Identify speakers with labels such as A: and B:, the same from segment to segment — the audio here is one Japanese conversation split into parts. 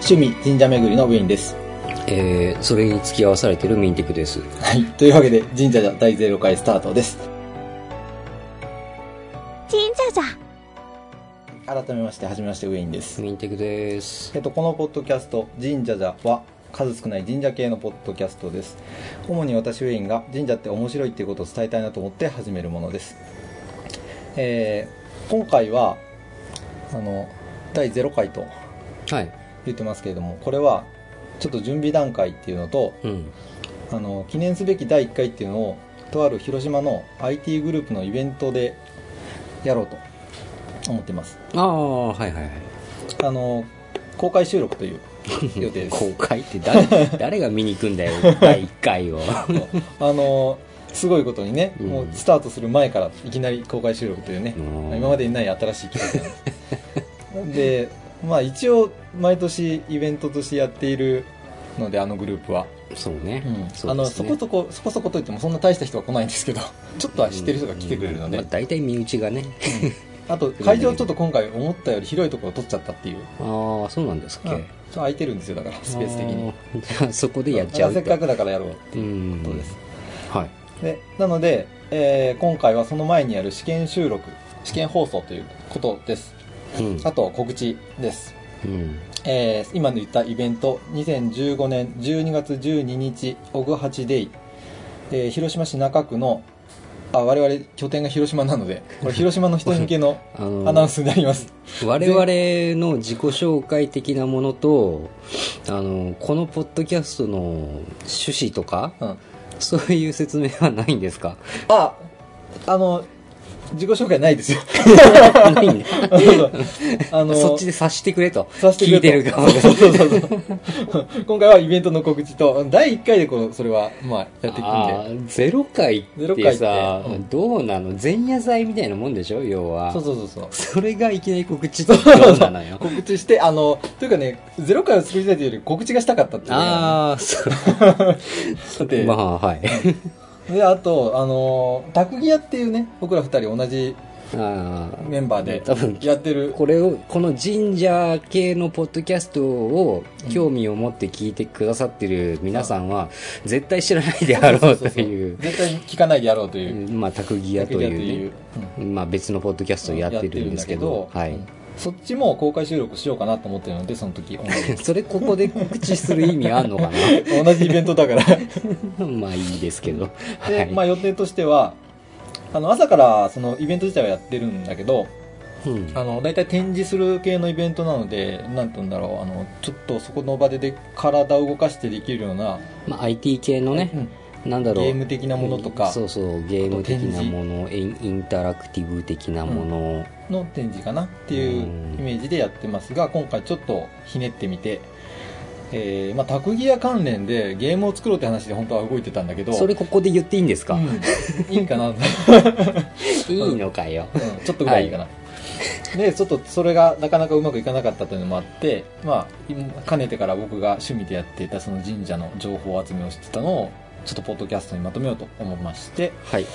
A: 趣味神社巡りのウィンです。
B: えー、それに付き合わされてるミンテクです。
A: はい。というわけで、神社じゃ第0回スタートです。
C: 神社じゃ
A: 改めまして、はじめまして、ウィンです。
B: ミンテクです
A: え。っと、このポッドキャスト、神社じゃは、数少ない神社系のポッドキャストです。主に私、ウィンが神社って面白いっていうことを伝えたいなと思って始めるものです。えー、今回は、あの、第0回と
B: はい。
A: 言ってますけれども、これは、ちょっと準備段階っていうのと、
B: うん。
A: あの記念すべき第1回っていうのをとある広島の IT グループのイベントでやろうと思ってます
B: ああ、はいはいはい。
A: あの公開収録と いう予定です
B: 公開って誰、 誰が見に行くんだよ、第1回を。
A: あのすごいことにね、
B: うん
A: もうスタートする前からいきなり公開収録というね、
B: うん
A: 今までにない新しい企画なんですでまあ一応毎年イベントとしてやっているのであのグループは、
B: そうね。うですね
A: あのそこそこそこそこといってもそんな大した人は来ないんですけどちょっとは知ってる人が来てくれるので、
B: うんまあ、大体身内が ね。
A: あと会場ちょっと今回思ったより広いところ取っちゃったっていう、
B: ああ、そうなんですっけ。
A: うんちょっと空いてるんですよだからスペース的に
B: あー。 じゃあそこでやっち
A: じゃ
B: ゃ
A: あ
B: う
A: せっか
B: く
A: くだからやろうっていう
B: うん。
A: ことです、。
B: はい。
A: でなので、えー今回はその前にある試験収録試験放送ということです
B: うん。
A: あと告知です、
B: うん。
A: えー今の言ったイベント2015年12月12日オグハチデイ、えー広島市中区のあ我々拠点が広島なのでこれ広島の人向け の
B: あのー
A: アナウンスになります
B: 我々の自己紹介的なものと、あの、このポッドキャストの趣旨とか、
A: うん
B: そういう説明はないんですか
A: あ、あの、自己紹介ないですよ。
B: ないんだ
A: あのあの、
B: そっちで察してくれと。
A: させてく
B: 聞
A: れ
B: いてる
A: と
B: 側が。
A: そうそうそうそう。今回はイベントの告知と、第1回でこのそれは、まあ、やっていく
B: あ
A: んで。
B: ーゼロ回っ
A: ゼロ
B: て
A: 回って
B: さ、
A: うん
B: どうなの前夜祭みたいなもんでしょ要は。
A: そ
B: そう
A: そうそうそう。
B: れがいきなり告知ってどうな のよ。
A: 告知して、あの、というかね、ゼロ回を作りたいというより告知がしたかったっていうね、
B: ああ、そう。
A: だって
B: まあ、はい。
A: で、あと、あの、タクギアっていうね、僕ら二人同じ
B: あー
A: メンバーで
B: 多分
A: やってる。
B: これを、この神社系のポッドキャストを興味を持って聞いてくださってる皆さんは、絶対知らないであろうという、
A: 絶対聞かないでやろうという。
B: まあ、タクギアと
A: タクギアと
B: いう
A: い
B: ね
A: う。うん
B: まあ別のポッドキャストをやってるんですけど、
A: や
B: は
A: ってる
B: い
A: んだ。けどそっちも公開収録しようかなと思ってるのでその時
B: それここで告知する意味あんのか
A: 同じイベントだから
B: な まあいいですけど。は
A: で、
B: い。
A: まあ、予定としてはあの朝からそのイベント自体はやってるんだけど
B: うん
A: あの大体展示する系のイベントなので何て言うんだろうあのちょっとそこの場でで体を動かしてできるような、
B: まあ IT 系のね、なんだろう。
A: ゲーム的なものとか
B: そうそう、ゲーム的なもの、インインタラクティブ的なもの、
A: の展示かなっていう
B: うん
A: イメージでやってますが今回ちょっとひねってみて、えーまあ、タクギア関連でゲームを作ろうって話で本当は動いてたんだけど
B: それここで言っていいんですか、
A: うんいいかな
B: いいのかよ。
A: うんちょっとぐらいいいかな。で、ちょっとそれがなかなかうまくいかなかったというのもあって、まあ今、かねてから僕が趣味でやっていたその神社の情報集めをしてたのを、ちょっとポッドキャストにまとめようと思いまして、
B: はい。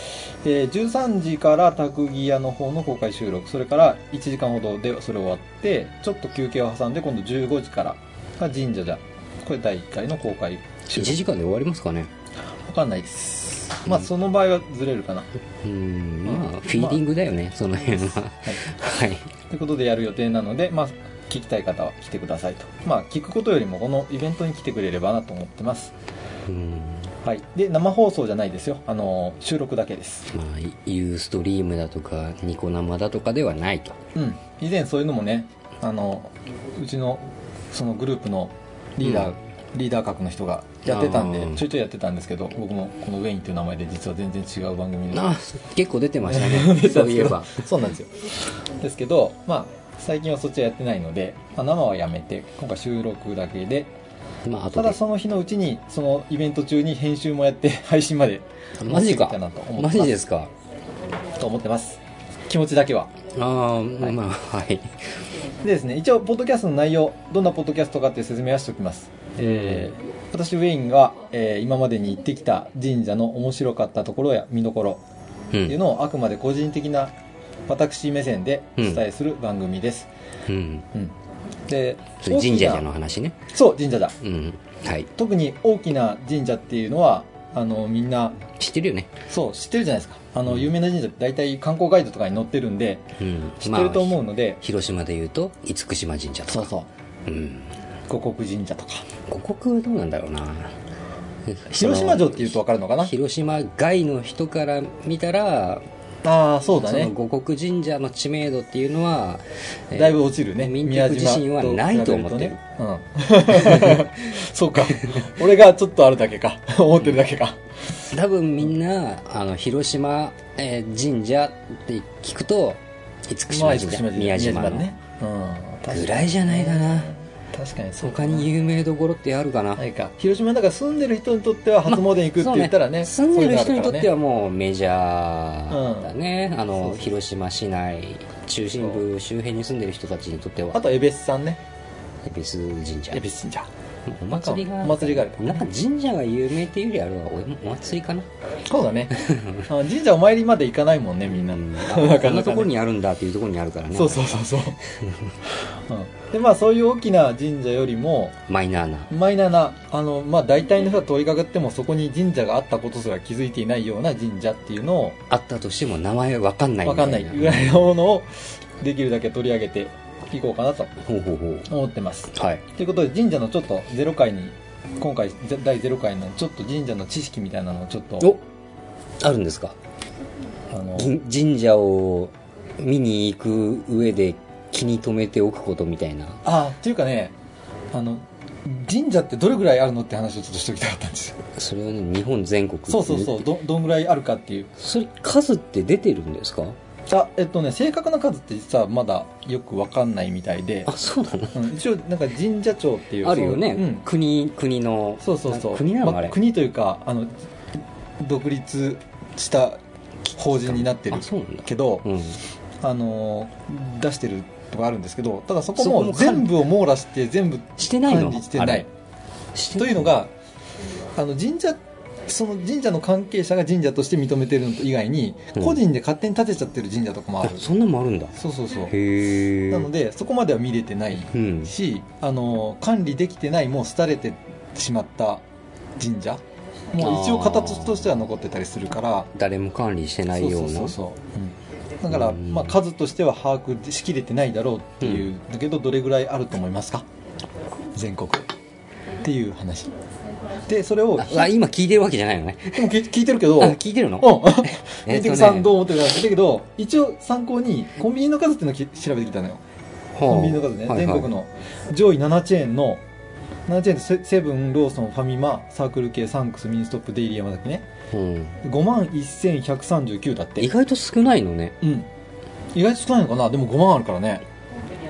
A: えー13時からタクギアの方の公開収録、それから1時間ほどでそれ終わって、ちょっと休憩を挟んで今度15時からが神社じゃ、これ第1回の公開収
B: 1
A: 録。
B: 時間で終わりますかね
A: わかんないです。まあその場合はずれるかな。
B: うん
A: うん
B: まあフィーリングだよね、その辺ははい
A: ということでやる予定なので、まあ、聞きたい方は来てくださいと。まあ、聞くことよりもこのイベントに来てくれればなと思ってます。
B: うん
A: はい。で、生放送じゃないですよ。あの、収録だけです。
B: まあユーストリームだとかニコ生だとかではないと
A: うん。以前そういうのもね、あの、うちの、そのグループのリーダー、
B: うん
A: リーダー格の人がやってたん
B: あ
A: で、
B: ー
A: ちょいちょいやってたんですけど、僕もこのウェインという名前で実は全然違う番 組で。
B: あ結構出てまし たねそういえば。
A: そうなんですよ。ですけど、まあ、最近はそっちはやってないので、まあ、生はやめて、今回収録だけで
B: まああと
A: ただその日のうちにそのイベント中に編集もやって 配信まで
B: マジ
A: 持っていきたいな
B: か
A: と思ってま
B: マ
A: す
B: ジですか
A: と思ってます気持ちだけは
B: ああまあはい
A: でですね一応ポッドキャストの内容どんなポッドキャストかっていう説明はしておきます、えー私ウェインが、えー今までに行ってきた神社の面白かったところや見どころっ
B: う
A: ていうんのをあくまで個人的な私目線でお伝えする番組です、
B: うん
A: うんで
B: それ神社じゃ
A: 大きな
B: の話ね
A: そう神社じゃ
B: うんはい
A: 特に大きな神社っていうのはあのみんな
B: 知ってるよね
A: そう知ってるじゃないですかあの有名な神社って大体観光ガイドとかに載ってるんで
B: うん
A: 知ってると
B: まあ
A: 思うので、
B: 広島でいうと厳島神社と
A: そう
B: か
A: そう
B: うん
A: 五国神社とか
B: 五国はどうなんだろうな
A: 広島城っていうと分かるのか
B: その
A: な
B: 広島外の人から見たら
A: ああそうだ
B: その
A: ね
B: 五国神社の知名度っていうのは、えー
A: だいぶ落ちるね
B: 民
A: 宮
B: 族
A: 島
B: 自身はないと思ってる
A: 比べとねうん そうか俺がちょっとあるだけ か思ってるだけか
B: 多分みんなあの広島、えー神社って聞くと厳
A: まあ
B: 島神社、宮島の、
A: ねうん確
B: ぐ
A: から
B: いじゃないかな
A: に確かにそう
B: 他に有名どころってあるかな、
A: ないか広島だから住んでる人にとっては初詣に行くって言ったらね,、
B: 住んでる人にとって
A: は
B: はもうメジャーだね、あの広島市内中心部周辺に住んでる人たちにとっては
A: あとは江別さんね
B: 恵比寿神社
A: 恵比寿神社
B: お祭りが
A: お祭りがあるから
B: なんか神社が有名っていうよりあれはおお祭り かな
A: そうだねあの神社お参りまで行かないもんねみんな、
B: あ
A: かなかね
B: こんなところにあるんだっていうところにあるからね
A: そうそうそう そう、うん、でまあそういう大きな神社よりも
B: マイナーな
A: マイナーなあの、まあ、大体の人が通りかかってもそこに神社があったことすら気づいていないような神社っていうのを
B: あったとしても名前わかんない
A: 分
B: みた
A: か
B: い
A: ん
B: な
A: ないぐらいのものをできるだけ取り上げていこうかなと
B: ほうほうほう
A: 思ってます
B: はい
A: ということで神社のちょっとゼロ回に今回ぜ第0回のちょっと神社の知識みたいなのをちょっと
B: おあるんですか
A: あの
B: ぎ神社を見に行く上で気に留めておくことみたいな
A: あっていうかねあの神社ってどれぐらいあるのって話をちょっとしておきたかったん ですよ
B: それはね日本全国
A: そうそうそうどどんぐらいあるかっていう
B: それ数って出てるんですか
A: あえっとね正確な数って実はまだよく分かんないみたいで
B: あそうなの
A: うん一応なんか神社庁っていう
B: あるよね、
A: そのうん
B: 国国の
A: そうそうそう
B: な国なの
A: ま
B: あれ、
A: 国というかあの独立した法人になってる
B: あそうなんだ
A: けど、
B: うん、
A: あの出してるとかあるんですけどただそこ
B: そこ
A: も
B: も管
A: 全部を網羅して全部
B: してない
A: 管
B: の
A: 理してな
B: あ
A: い
B: れして
A: と
B: ない
A: いうのがあの神社その神社の関係者が神社として認めてるのと以外に、
B: うん
A: 個人で勝手に建てちゃってる神社とかもあ
B: あ
A: る
B: そんなのもあるんだ
A: そうそうそう
B: へえ
A: なのでそこまでは見れてない
B: うん
A: しあの管理できてないもう廃れてしまった神社もう一応形としては残ってたりするから
B: 誰も管理してないよう
A: そ
B: な
A: うそうそうそう、うんだから、
B: うん
A: まあ、数としては把握しきれてないだろうっていう、だけどどれぐらいあると思いますか全国っていう話でそれを
B: ああ今聞いてるわけじゃないのね
A: でも聞い聞いてるけ
B: あ
A: ど
B: 聞いてるの
A: うん。
B: え
A: え
B: っとね
A: さんどう思ってるかだけど、一応参考にコンビニの数っていうのをき調べてきたのよ。コンビニの数ね、
B: はいはい
A: 全国の上位7チェーンの、7チェーンってセセブン、ローソン、ファミマ、サークル系、サンクス、ミニストップ、デイリー、山崎ね。
B: うん
A: 5万1139だって
B: 意。外と少ないのね
A: うん。意外と少ないのかなでも5万あるからね。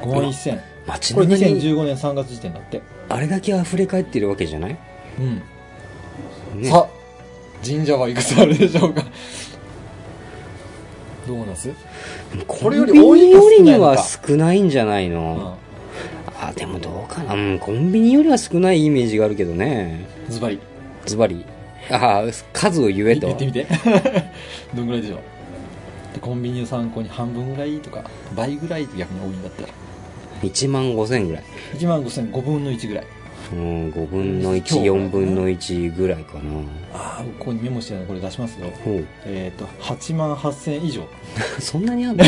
A: 5万1000。
B: 街
A: これ
B: 中に
A: 2015年3月時点だって。
B: あれだけ溢れ返ってるわけじゃない、
A: うん。
B: ね、
A: さあ、神社はいくつあるでしょうか どうなんです
B: こ
A: こ
B: れ
A: れよ
B: より
A: り多いか
B: よ
A: 少
B: りに
A: ないのか
B: は少ないんじゃないうの、
A: ん
B: あでもどうかな、うん、コンビニよりは少ないイメージがあるけどね
A: ズバリ
B: ズバリああ数を言えと
A: 言ってみて どんぐらいでしょうでコンビニを参考に半分ぐらいとか倍ぐらい逆に多いんだったら
B: 1万5千ぐらい
A: 1万5000 5分の1ぐらい
B: うん5分の
A: そうだね
B: 14分の1ぐらいかな
A: ああここにメモしてるのこれ出しますよ
B: ほう
A: えっ、と8万8000以上、
B: そんな にあんの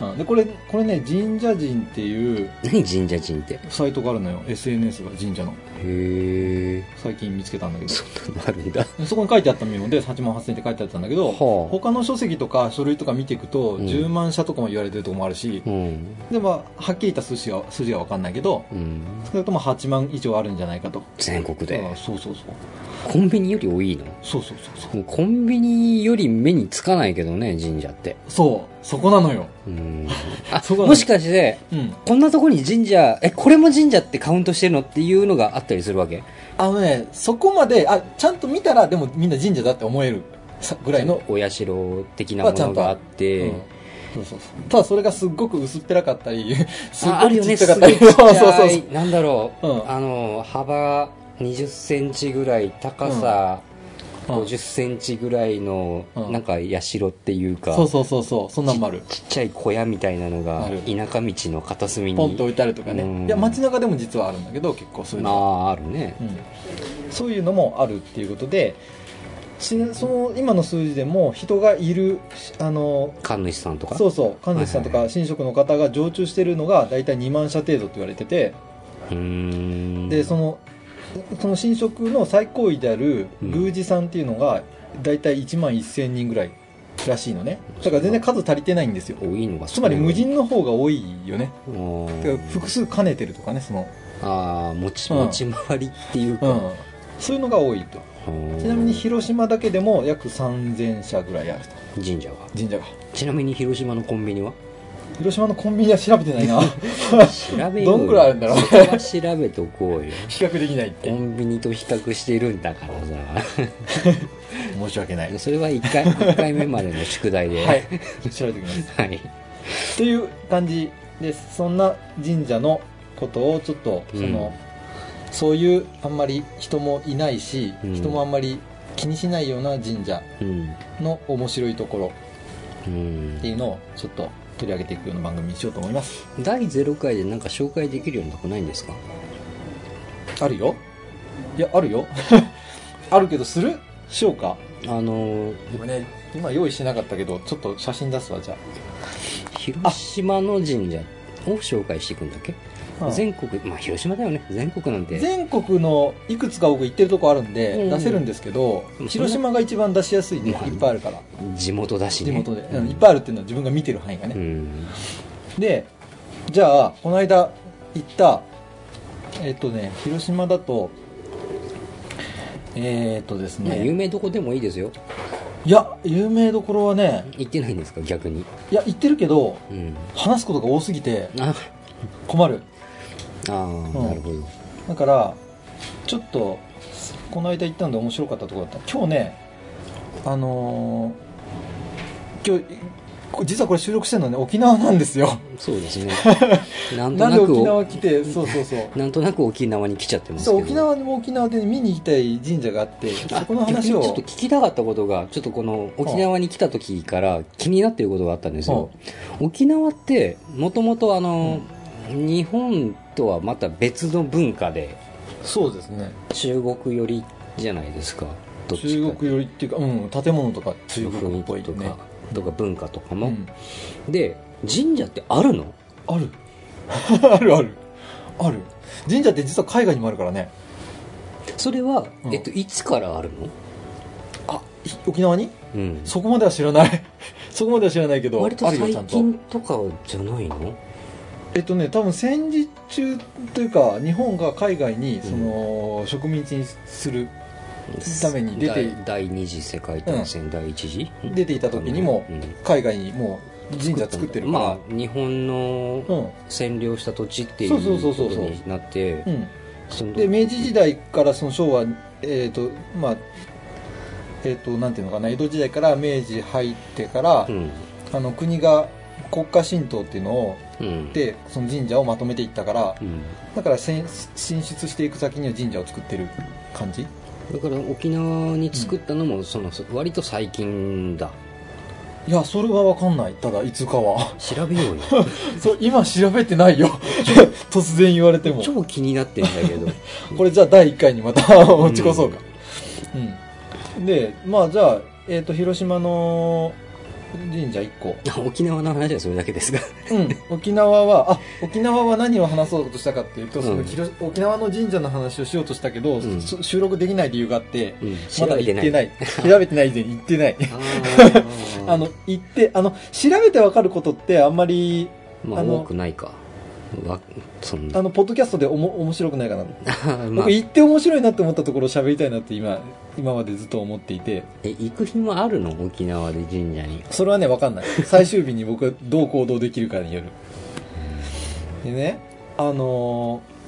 A: うんでこれこれね神社人っていう
B: 何神社人ってへ
A: サイトがあるのよ SNS が神社の
B: え
A: 最近見つけたんだけど
B: そんなのあるんだ
A: でそこに書いてあったメモで8万8000って書いてあったんだけど、
B: はあ
A: 他の書籍とか書類とか見ていくと、
B: うん
A: 10万社とかも言われてるとこもあるし、
B: うん
A: でまあはっきり言った数字は数字は分かんないけど
B: うん
A: 少なくとも8万以上あるんじゃないかと
B: 全国
A: あ
B: で
A: あそうそうそう
B: コンビニより多いの
A: そうそうそうそう
B: もうコンビニより目につかないけどね神社って
A: そうそこなのよ
B: うん あ
A: そこなの
B: もしかして
A: うん
B: こんなとこに神社えこれも神社ってカウントしてるのっていうのがあったりするわけ
A: あのねそこまであちゃんと見たらでもみんな神社だって思えるさぐらいの、
B: お社的なものがあって
A: うんそうそうそうただそれがすっごく薄っぺらかったりすっ
B: ああ
A: ご
B: る
A: く
B: よ
A: ち
B: ね
A: っちゃか
B: す
A: っ
B: ご
A: た
B: い
A: り、
B: ちっち
A: そうそうそ
B: ゃ
A: う
B: いなんだろう、
A: うん
B: あの幅20センチぐらい高さ
A: うん
B: 50センチぐらいの、
A: うん
B: なんか社っていうか、
A: そうそうそうそうそんなんもある
B: ちっちゃい小屋みたいなのが
A: ある
B: 田舎道の片隅に
A: ポンと置いてあるとか
B: うん
A: ねいや街中でも実はあるんだけど結構そういう
B: ま
A: の
B: ああるね
A: うんそういうのもあるっていうことでちなその今の数字でも人がいるあの
B: 神主さんとか
A: そうそう神主さんと
B: は
A: か神職の方が常駐してるのが大体2万社程度と言われてて
B: うーん
A: でそのその神職の最高位である宮司さんっていうのが大体1万1000人ぐらいらしいのねだから全然数足りてないんですよ
B: 多いのが
A: つまり無人の方が多いよね
B: あー
A: てか複数兼ねてるとかねその、
B: あー持ち
A: うん
B: 持ち回りっていう
A: う
B: か、
A: ん、そういうのが多いと
B: うん
A: ちなみに広島だけでも約3000社ぐらいあると
B: 神社は
A: 神社が
B: ちなみに広島のコンビニは
A: 広島のコンビニは調べてない な
B: 調べようよ
A: どんぐらいあるんだろう
B: そこは調べとこうよ
A: 比較できないっ
B: コ
A: て
B: ンビニと比較してるんだから
A: 申し訳ない
B: さそれは1回 ,1 回目までの宿題で
A: は、
B: はい
A: 調べておきます。
B: はい、
A: という感じです。そんな神社のことをちょっと、その、そういうあんまり人もいないし、
B: うん
A: 人もあんまり気にしないような神社
B: うん
A: の面白いところ
B: うん
A: っていうのをちょっと取り上げていくような番組にしようと思います。
B: 第0回でなんか紹介できるようなとこないんですか
A: あるよいや、あるよ あるけど、するしようか
B: あの
A: 今ね、今用意してなかったけど、ちょっと写真出すわ、じゃ
B: 広島の神社を紹介していくんだっけ、
A: あ。
B: 全国まあ広島だよね全国なんて
A: 全国のいくつか僕行ってるとこあるん
B: うんう
A: で
B: ん
A: 出せるんですけど、
B: うん
A: 広島が一番出しやすいね、
B: まあ
A: いっぱいあるから
B: 地元だし
A: 地
B: ね
A: 元で、
B: う
A: うん
B: ん
A: いっぱいあるっていうのは自分が見てる範囲が
B: う
A: ね、
B: ん
A: でじゃあこの間行ったえっとね広島だとえーっとです
B: まあ有
A: ね
B: 名どこでもいいですよ
A: いや有名どころはね
B: 行ってないんですか逆に
A: いや行ってるけど
B: うん
A: 話すことが多すぎて
B: あ
A: 困る
B: あー、
A: うん
B: なるほど
A: だからちょっとこの間行ったので面白かったところだった今日ねあのー今日こ実はこれ収録してるのね沖縄なんですよ
B: そうです ねなん
A: な
B: と
A: ん
B: な
A: で
B: く
A: 沖縄来てそうそう そう
B: なんとなく沖縄に来ちゃってますけ
A: そ
B: ど
A: う沖縄も沖縄で見に行きたい神社があって
B: あ
A: そこの話
B: 逆にちょ
A: を
B: っと聞きたかったことがちょっとこの沖縄に来た時から気になっていることがあったんですよ、沖縄ってもともとあの、日本とはまた別の文化で
A: そうですね
B: 中国寄りじゃないですかどっちか
A: 中国寄りっていうか、うん、建物とか中国っぽい
B: とか、
A: ね、
B: とか文化とか
A: う
B: も、
A: ん、
B: で神社ってあるの
A: ある あるあるある神社って実は海外にもあるからね
B: それは、
A: うん
B: えっと、いつからあるの、
A: あい沖縄に
B: うん、
A: そこまでは知らない そこまでは知らないけど
B: 割と
A: あるよ
B: 最
A: ちゃんと
B: 近とかじゃないの
A: えっとね多分戦時中というか日本が海外にその、植民地にするために出て
B: 第第二次世界大戦、第一次
A: 出ていた時にも
B: うん
A: 海外にもう神社作ってるから、
B: まあ日本の
A: うん
B: 占領した土地っていう
A: そ
B: こ
A: うそうそうそう
B: とになって
A: うん、
B: その
A: で明治時代からその昭和えっ、とまあえっ、となんていうのかな江戸時代から明治入ってから、
B: うん
A: あの国が国家神道っていうのを
B: うん
A: でその神社をまとめていったから
B: うん
A: だからせん進出していく先には神社を作ってる感じ
B: だから沖縄に作ったのもその割と最近だ
A: いやそれは分かんないただいつかは
B: 調べ ようよ
A: そう今調べてないよ 突然言われても
B: 超気になってんだ けど
A: これじゃあ第1回にまた 持ち越そうか、うんでまあじゃあ、えー、と広島の神社1個
B: うん沖縄の話はそれだけですが
A: うん、沖縄は、あ、沖縄は何を話そうとしたかっていうと、その
B: うん
A: 広沖縄の神社の話をしようとしたけど、
B: ん
A: そ収録できない理由があって、
B: うん
A: まだ行ってないい。 調べてない以前に行ってない。 あの、行って、あの、調べてわかることってあんまり、
B: まあ
A: あの
B: 多くないかわそんな
A: あの、ポッドキャストでおも面白くないかな。
B: まあ
A: 僕行って面白いなって思ったところを喋りたいなって今、今までずっと思っていて、
B: え行く暇あるの沖縄で神社に
A: それはね、わかんない。最終日に僕はどう行動できるかによる。でね、あのー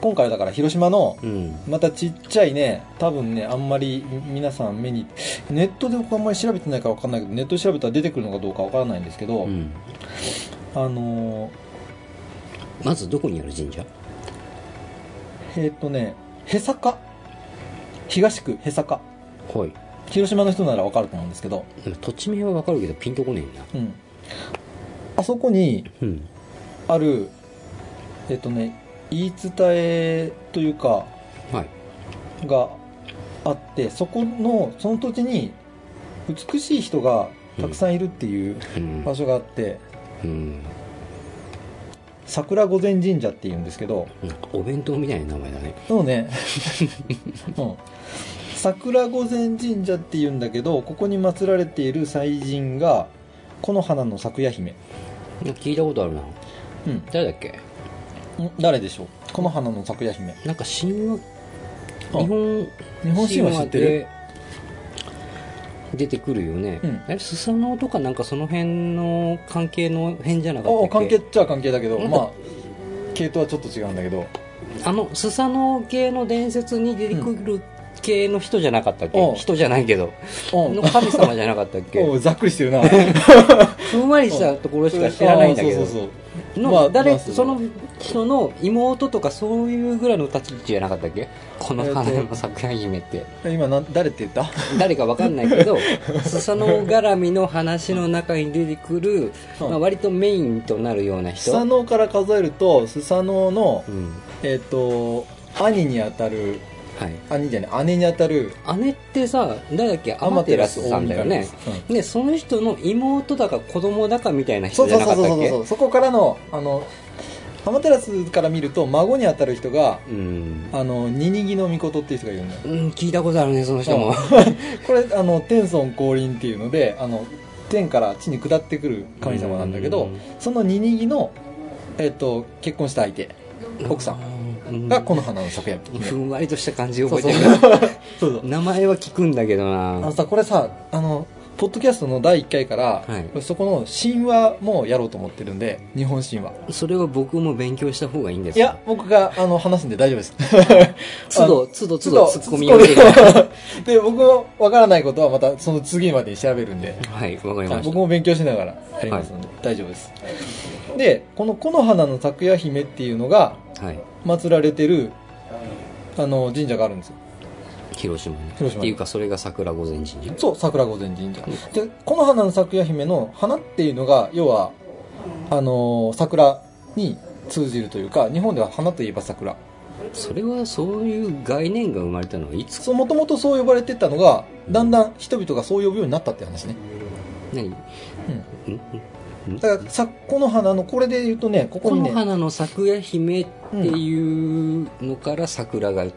A: 今回だから広島の、
B: うん
A: またちっちゃいね、多分ね、あんまり皆さん目に、ネットで僕あんまり調べてないからわかんないけど、ネットで調べたら出てくるのかどうかわからないんですけど、
B: うん
A: あのー
B: まずどこにある神社
A: えーっ、とね、へさか。東区へさか。
B: はい
A: 広島の人ならわかると思うんですけど、
B: 土地名はわかるけどピンとこねえな
A: うん、あそこに
B: うん
A: あるえっとね言い伝えというか
B: はい
A: があってそこのその土地に美しい人がたくさんいるっていう
B: うん
A: 場所があって
B: うん
A: 桜御前神社っていうんですけど
B: なんかお弁当みたいな名前だね
A: そうね、 うん、桜御前神社っていうんだけどここに祀られている祭神がこの花の咲夜姫、
B: なんか聞いたことあるな
A: うん、
B: 誰だっけ
A: ん誰でしょうこの花の咲夜姫
B: なんか神話
A: あ
B: 日本
A: 日本神話知ってる
B: 神話で出てくるよね、
A: うん
B: あれスサノオとかなんかその辺の関係の辺じゃなかった
A: あ
B: っけ
A: 関係っちゃ関係だ けど
B: なんか
A: まあ系統はちょっと違うんだけど
B: あのスサノオ系の伝説に出てくる系の人じゃなかったっけ、
A: うん
B: 人じゃないけどの神様じゃなかったっけ
A: おうざっくりしてるな
B: ふんわりしたところしか知らないんだけ
A: あーそう
B: ど
A: そう
B: の
A: まあ
B: 誰、
A: まあそう
B: その人の妹とかそういうぐらいの立ち位置じゃなかったっけこの花の桜姫って
A: そう今な誰って言った
B: 誰かわかんないけど スサノオ絡みの話の中に出てくる、
A: うん
B: まあ、割とメインとなるような
A: スサ
B: 人、
A: ノオから数えるとスサノオの
B: う、ん
A: えっと兄にあたる
B: はい、
A: 兄じゃない姉にあたる
B: 姉ってさ誰だっけアマテラスさんだよね
A: アマテラス大神
B: でその人の妹だか子供だかみたいな
A: そ
B: 人
A: う
B: じ
A: そ
B: ゃ
A: うそ
B: なか
A: う
B: ったっけ
A: そうそうそこからのあのアマテラスから見ると孫にあたる人が
B: うん、
A: あのニニギの御事っていう人がいるんだよ
B: うん、聞いたことあるねその人も、
A: これあの天孫降臨っていうのであの天から地に下ってくる神様なんだけど
B: うん
A: そのニニギの、えっと結婚した相手奥さん
B: うん
A: がこの花の咲夜
B: ふ
A: 姫
B: んわりとした感じを
A: そう
B: 覚
A: そう
B: えてるから
A: そうそう
B: 名前は聞くんだけど
A: あの
B: な
A: さこれさあのポッドキャストの第1回から、
B: はい
A: そこの神話もやろうと思ってるんで日本神話
B: それは僕も勉強した方がいいんです
A: い
B: か
A: や僕があの話すんで大丈夫です
B: 都度都度都度ツッコミを
A: を
B: 入れる
A: で僕もわからないことはまたその次までに調べるんで
B: はいわかりまし
A: 僕
B: た
A: も勉強しながらやりますので、大丈夫ですでこの「木の花の咲夜姫」っていうのが
B: はい
A: 祀られてるあの神社があるんですよ
B: 広島ね
A: 広島
B: っていうかそれが桜御前神社
A: そう桜御前神社でこの花の咲夜姫の花っていうのが要はあのー桜に通じるというか日本では花といえば桜
B: それはそういう概念が生まれたのはいつ
A: もともとそう呼ばれてたのがだんだん人々がそう呼ぶようになったって話ね、
B: 何ん
A: うん
B: ん
A: だからさこの花のこれで言うとねここ
B: こ
A: に
B: の
A: ね
B: 花の桜姫っていうのから桜が出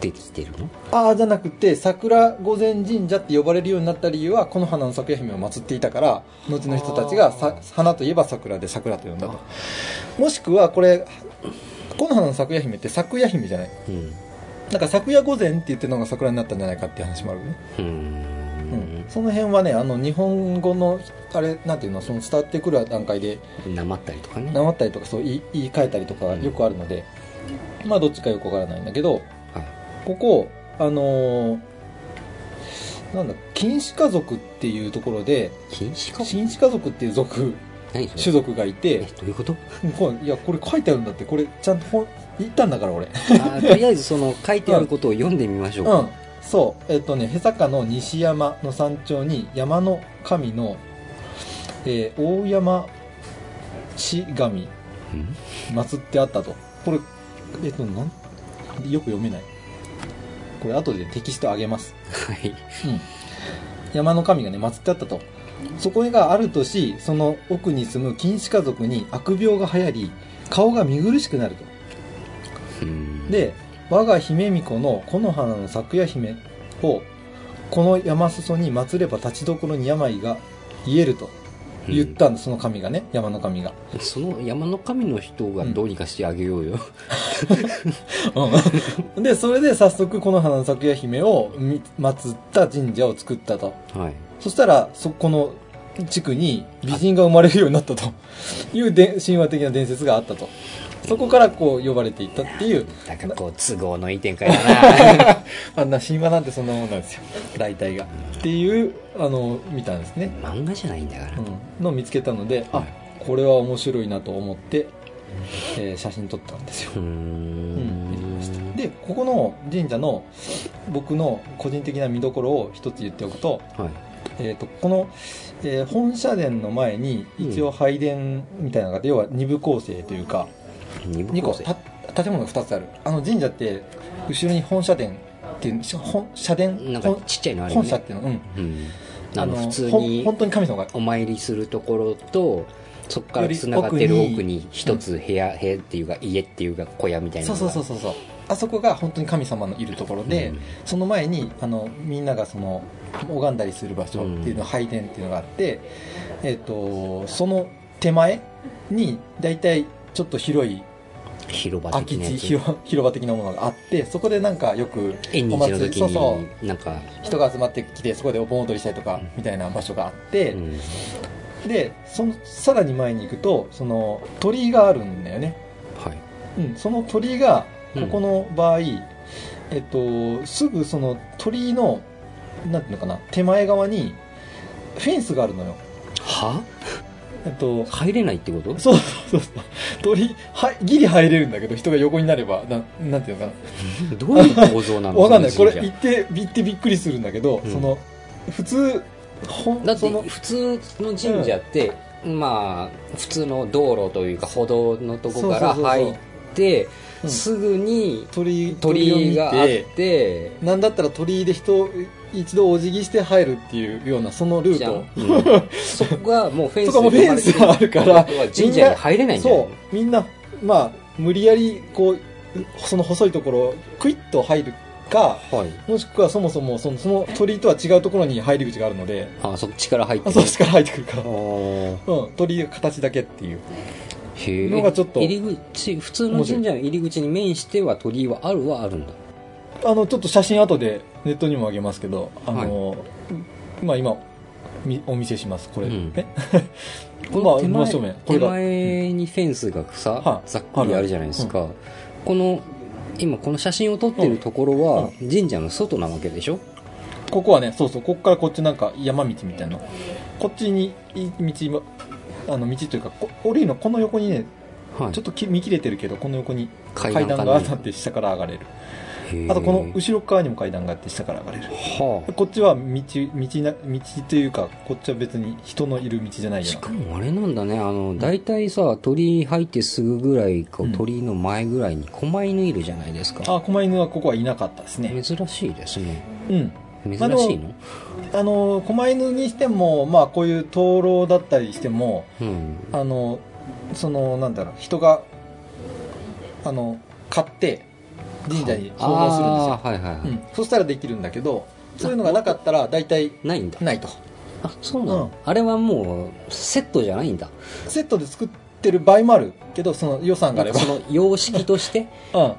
B: てきてるの
A: ああじゃなくて桜御前神社って呼ばれるようになった理由はこの花の桜姫を祀っていたから後の人たちがさ
B: あ
A: 花といえば桜で桜と呼んだともしくはこれこの花の桜姫って桜姫じゃない
B: うん
A: なんか桜御前って言ってるのが桜になったんじゃないかっていう話もあるね、
B: うー
A: うん
B: ん
A: その辺はねあの日本語のあれなんていうのその伝わってくる段階で
B: なまったりとかね
A: なまったりとかそう言い言い換えたりとかがよくあるので、まあどっちかよくわからないんだけど
B: はい
A: ここあのーなんだ金糸家族っていうところで
B: 禁止か
A: 金糸家族っていう族
B: 何そ
A: 種
B: れ
A: 族がい
B: え
A: て
B: どういうこと
A: うんこういやこれ書いてあるんだってこれちゃんと本言ったんだから俺
B: あーとりあえずその書いてあることを読んでみましょうか、
A: うんそうえっとねへ坂の西山の山頂に山の神の、えー大山氏神
B: うん
A: 祀ってあったとこれえっとなんよく読めないこれ後でテキストあげます
B: はい
A: うん、山の神がね祀ってあったとそこがある年その奥に住む金糸家族に悪病が流行り顔が見苦しくなると
B: うん
A: で我が姫巫女の木の花の咲夜姫をこの山裾に祀れば立ちどころに病が癒えると言ったんです、その神がね山の神が、
B: その山の神の人がどうにかしてあげよ うよ、
A: でそれで早速この花の咲夜姫をみ祀った神社を作ったと
B: はい
A: そしたら、そこの地区に美人が生まれるようになったと いうで神話的な伝説があったと。そこからこう呼ばれていったっていう、
B: なんかこう都合のいい展開だな
A: あんな神話なんてそんなもんなんですよ。大体が。っていう、あの、見たんですね。
B: 漫画じゃないんだから、
A: うん。のを見つけたので、あ、これは面白いなと思って、えー写真撮ったんですよ。
B: うーん
A: うん見てみましたでここの神社の僕の個人的な見どころを一つ言っておくと,、
B: はい
A: えー、とこの、えー本社殿の前に一応拝殿みたいなのがあって、要は二部構成というか
B: 二部
A: 二個
B: 構成
A: た建物が2つあるあの神社って後ろに本社殿っていうし本社殿
B: なんか
A: 本
B: ちっちゃいのあるよ
A: 本社っ
B: ね、
A: ていうのうん
B: うん、あの
A: の
B: 普通
A: ほん
B: に
A: 本当に神様が
B: お参りするところとそこから
A: より
B: つながってる
A: 奥に
B: 奥に一つ部屋、部屋っていうか家っていうか小屋みたいな
A: そう
B: のが
A: そうそうそうそうあそこが本当に神様のいるところで、
B: うん
A: その前にあのみんながその拝んだりする場所っていうの拝殿っていうのがあって、えっとその手前に大体ちょっと広い
B: 広場
A: 空
B: 的
A: き
B: な
A: 地
B: やつ
A: 広広場的なものがあってそこでなんかよく
B: 縁日の時
A: そうそ
B: になんか
A: う人が集まってきてそこでお盆踊りしたりとかみたいな場所があって、
B: うん
A: でそのさらに前に行くとその鳥居があるんだよね
B: はい
A: うん、その鳥居が
B: う
A: こ
B: ん
A: この場合、えっと、すぐその鳥居のなんていうのかな手前側にフェンスがあるのよ、
B: は
A: えっと、
B: 入れないってこと
A: そうそうそうそう鳥居はいギリ入れるんだけど人が横になればななんていうのか
B: どういう構造な
A: な
B: の
A: わかんない
B: そ
A: こ
B: の
A: れ
B: 神
A: 言って
B: 社
A: 言ってびっくりするんだけど、
B: うん
A: その普通ほん
B: だっ
A: そ
B: て
A: の
B: 普通の神社って、まあ普通の道路というか歩道のとこか
A: そ
B: ら
A: うそうそうそう
B: 入って
A: うん
B: すぐに
A: 鳥居
B: 鳥居があ
A: 鳥
B: っ
A: 居を見
B: て
A: なんだったら鳥居で人一度お辞儀して入るっていうようなそのルー
B: じゃん
A: ト、
B: うんそこがもうフェンス
A: そこもフェンスがあるから
B: ってことは神社に入れないんじゃない
A: そ
B: の
A: うみんなまあ無理やりこうその細いところをクイッと入るか
B: はい
A: もしくはそもそもそのその鳥居とは違うところに入り口があるので
B: あそっちから入って
A: あ
B: る
A: そっちから入ってくるから、
B: あー
A: うん、鳥居が形だけっていう
B: へえ
A: のがちょっと
B: 入り口普通の神社の入り口に面しては鳥居はあるはあるんだ
A: あのちょっと写真後でネットにもあげますけどあの、まあ今みお見せしますこれ、
B: うん
A: ね
B: こ
A: まあ
B: の手
A: 真
B: 前
A: 正面こ
B: 手
A: れが
B: 前にフェンスが
A: は
B: さ、
A: い
B: ざっくりあるじゃないですか、この今この写真を撮ってるところは神社の外なわけでしょ、
A: ここはねそうそうここからこっちなんか山道みたいなこっちにい道あの道というかこ降りるのこの横にね
B: はい
A: ちょっとき見切れてるけどこの横に
B: 階
A: 階
B: か
A: 段
B: な
A: があって下から上がれる
B: へー
A: あとこの後ろ側にも階段があって下から上がれる
B: は
A: こっちは道道な道というかこっちは別に人のいる道じゃな
B: あ
A: い
B: し
A: よう
B: かもあれなんだねあの大体さ鳥居入ってすぐぐらいか
A: うん
B: 鳥居の前ぐらいに狛犬いるじゃないですか、
A: なあ狛犬はここはいなかったですね
B: 珍しいですね
A: うん
B: 珍し
A: あの
B: いの
A: あの狛犬にしてもまあこういう灯籠だったりしても
B: うん
A: あのそのなんだろう人があの買って神社に奉納するんですよ
B: あーはいはいはい、
A: うん、そしたらできるんだけどそういうのがなかったら大体
B: ないんだ
A: ないと
B: あそうなの、
A: うん
B: あれはもうセットじゃないんだ
A: セットで作ってる場合もあるけどその予算が
B: な
A: あ
B: ん
A: れ
B: か
A: ば
B: その様式として
A: うん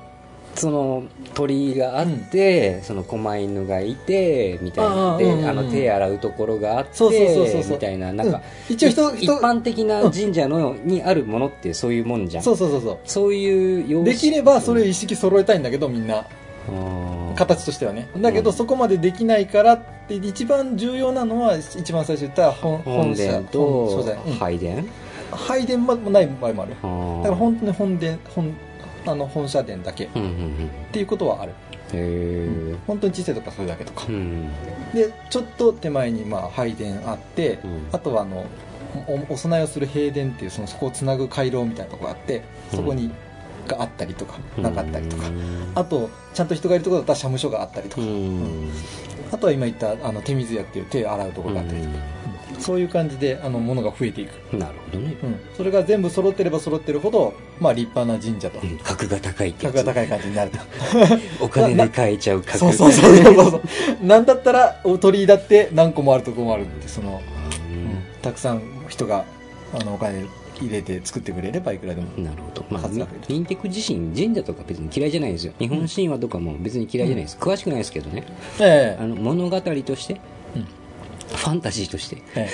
B: その鳥居があって、その狛犬がいてみたい
A: あ
B: な
A: あ
B: で、
A: うんうん
B: あの手洗うところがあって
A: そうそうそうそうそう
B: みたいななんか、
A: うん一応人
B: い
A: 人
B: 一般的な神社の、にあるものってそういうもんじゃん
A: そうそうそうそ
B: そういう様
A: う
B: 式
A: できればそれ一式揃えたいんだけどみんな形としてはねだけど
B: うん
A: そこまでできないからって一番重要なのは一番最初言った本
B: 本
A: 本社
B: 殿
A: 本所
B: と
A: 在、うん
B: 拝殿、
A: 拝殿もない場合もある
B: あー
A: だから本当に本殿本あの本社殿だけっ
B: うんうんうん
A: ていうことはある
B: へえ
A: 本当に小さいとかそれだけとか
B: うん
A: でちょっと手前にまあ拝殿あって、
B: うん
A: あとはあのおお供えをする平殿っていうそのそこをつなぐ回廊みたいなとこがあってそこに、があったりとかなかったりとか、
B: うん
A: あとちゃんと人がいるところだったら社務所があったりと
B: う
A: か、
B: ん
A: あとは今言ったあの手水屋っていう手洗うところがあったりとか、そういう感じであの物が増えていく、
B: うんなるほどね
A: うん、それが全部揃ってれば揃ってるほど、まあ、立派な神社と
B: うん格が高いってや
A: 格
B: つ
A: が高い感じになる と
B: お金で買えちゃう格
A: そうそうそうそうそうなんだったらお鳥居だって何個もあるとこもあるってその
B: うん
A: たくさん人があのお金入れて作ってくれればいくらでも、
B: なるほど、まあ、
A: 数が増える
B: インテク自身神社とか別に嫌いじゃないですよ日本神話とかも別に嫌いじゃないです、詳しくないですけどね
A: え
B: あの物語として、
A: うん
B: ファンタジーとして
A: え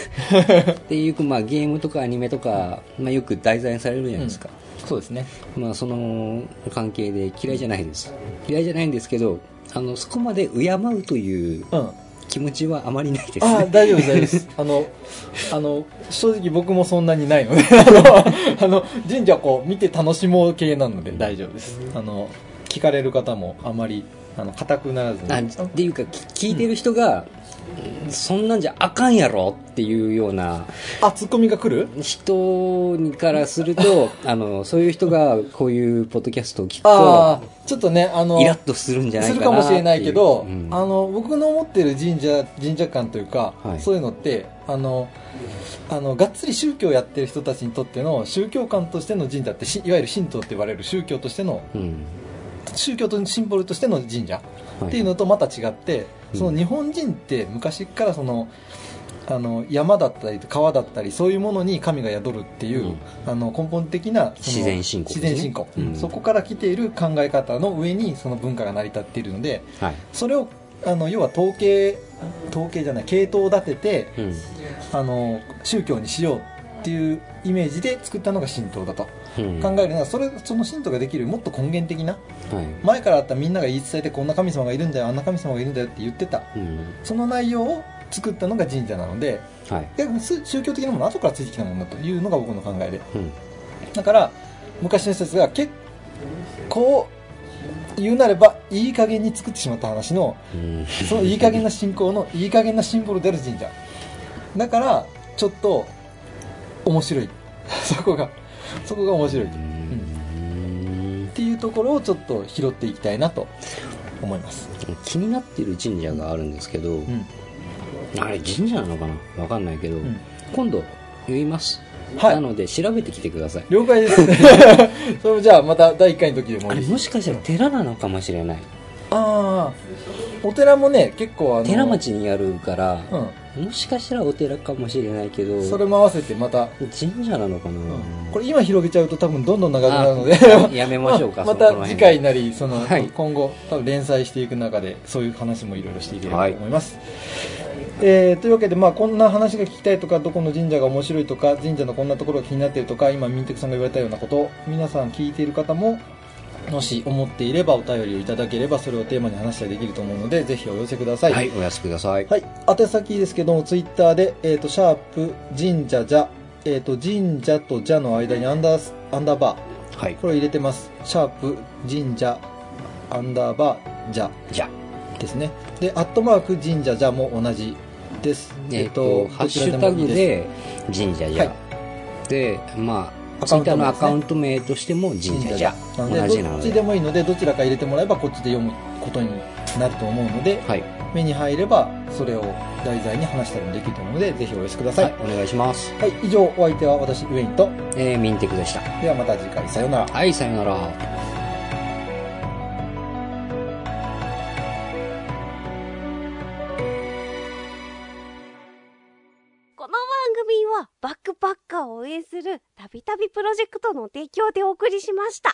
A: え
B: っていう、まあ、ゲームとかアニメとか、まあ、よく題材にされるじゃないですか、
A: えそうですね
B: まあ、その関係で嫌いじゃないです嫌いじゃないんですけどあのそこまで敬うという
A: うん
B: 気持ちはあまりないです
A: ああ
B: ね
A: 大丈夫です大丈夫 ですあのあの正直僕もそんなにない のであのあの神社こう見て楽しもう系なので大丈夫ですあの聞かれる方もあまりあの固くならずに
B: あっていうかき聞いてる人が、そんなんじゃあかんやろっていうような
A: あツッコミが来る
B: 人にからするとあのそういう人がこういうポッドキャストを聞く
A: あ
B: と
A: あちょっとねあの
B: イラッとするんじゃない
A: する
B: かな
A: かもしれないけど、
B: っていううん
A: あの僕の思ってる神社神社観というか、
B: はい
A: そういうのってあのあのがっつり宗教をやってる人たちにとっての宗教観としての神社ってしいわゆる神道って言われる宗教としての
B: うん
A: 宗教とシンボルとしての神社
B: は
A: っていうのとまた違って、
B: うん
A: その日本人って昔からそのあの山だったり川だったりそういうものに神が宿るっていう、
B: うん
A: あの根本的なその
B: 自然信仰です
A: 自
B: ね
A: 然信仰、
B: うん
A: そこから来ている考え方の上にその文化が成り立っているので
B: はい
A: それをあの要は統計統計じゃない系統を立てて
B: うん
A: あの宗教にしようっていうイメージで作ったのが神道だと、
B: うん
A: 考えるのはそれその神道ができるもっと根源的な
B: はい
A: 前からあったみんなが言い伝えてこんな神様がいるんだよあんな神様がいるんだよって言ってた
B: うん
A: その内容を作ったのが神社なので
B: はい
A: 逆にす宗教的なものは後からついてきたものだというのが僕の考えで
B: うん
A: だから昔の人たちが結構言うなればいい加減に作ってしまった話の
B: うん
A: そのいい加減な信仰のいい加減なシンボルである神社だからちょっと面白い そこがそこが面白いっ
B: うん
A: ていうところをちょっと拾っていきたいなと思います、
B: 気になってる神社があるんですけど、
A: うん
B: あれ神社なのかなわかんないけど、
A: ん
B: 今度言います、
A: はい
B: なので調べてきてください
A: 了解です それじゃあまた第1回の時でも
B: あれ
A: いい
B: もしかしたら寺なのかもしれない
A: ああお寺もね結構あの
B: 寺町にあるから、
A: う
B: もしかしたらお寺かもしれないけど
A: んそれも合わせてまた、
B: 神社なのかな、
A: これ今広げちゃうと多分どんどん長くなるので
B: あやめましょうか、
A: ま
B: その
A: た
B: この辺
A: 次回なりその、
B: はい
A: 今後多分連載していく中でそういう話もいろいろしていければ
B: は
A: と
B: い
A: 思います、えーというわけで、まあ、こんな話が聞きたいとかどこの神社が面白いとか神社のこんなところが気になっているとか今ミンテクさんが言われたようなこと皆さん聞いている方ももし思っていればお便りをいただければそれをテーマに話したりできると思うのでぜひお寄せください、
B: はい、おやすみください、
A: はい、宛先ですけども、ツイッターで、えっ、と、シャープ、神社じゃ、えっ、と、神社とじゃの間にアンダース、アンダーバー、
B: はい、
A: これを入れてます。シャープ、神社、アンダーバー、じゃ
B: じゃあ
A: ですね。で、アットマーク、神社じゃも同じです。
B: えっ、とハッシュタグで神社じゃ、
A: は
B: でまあ
A: アカ
B: ツイ
A: ウ
B: ッ
A: ン
B: タ
A: ト
B: ーの
A: 名
B: ア
A: ですね
B: カウント名としても神社じゃ
A: な
B: 同
A: ので、
B: じな
A: ど
B: の
A: っ
B: で
A: ちでもいいので、どちらか入れてもらえば、こっちで読むことになると思うので、
B: はい、
A: 目に入れば、それを題材に話したりもできると思うので、ぜひお寄せください。
B: は
A: はい
B: い、お願いします、
A: 以上、お相手は私、ウェインと、
B: えー、ミンテクでした
A: ではまた次回、さようなら。
B: はいさよなら
C: この番組はバックパッカーを応援するたびたびプロジェクトの提供でお送りしました。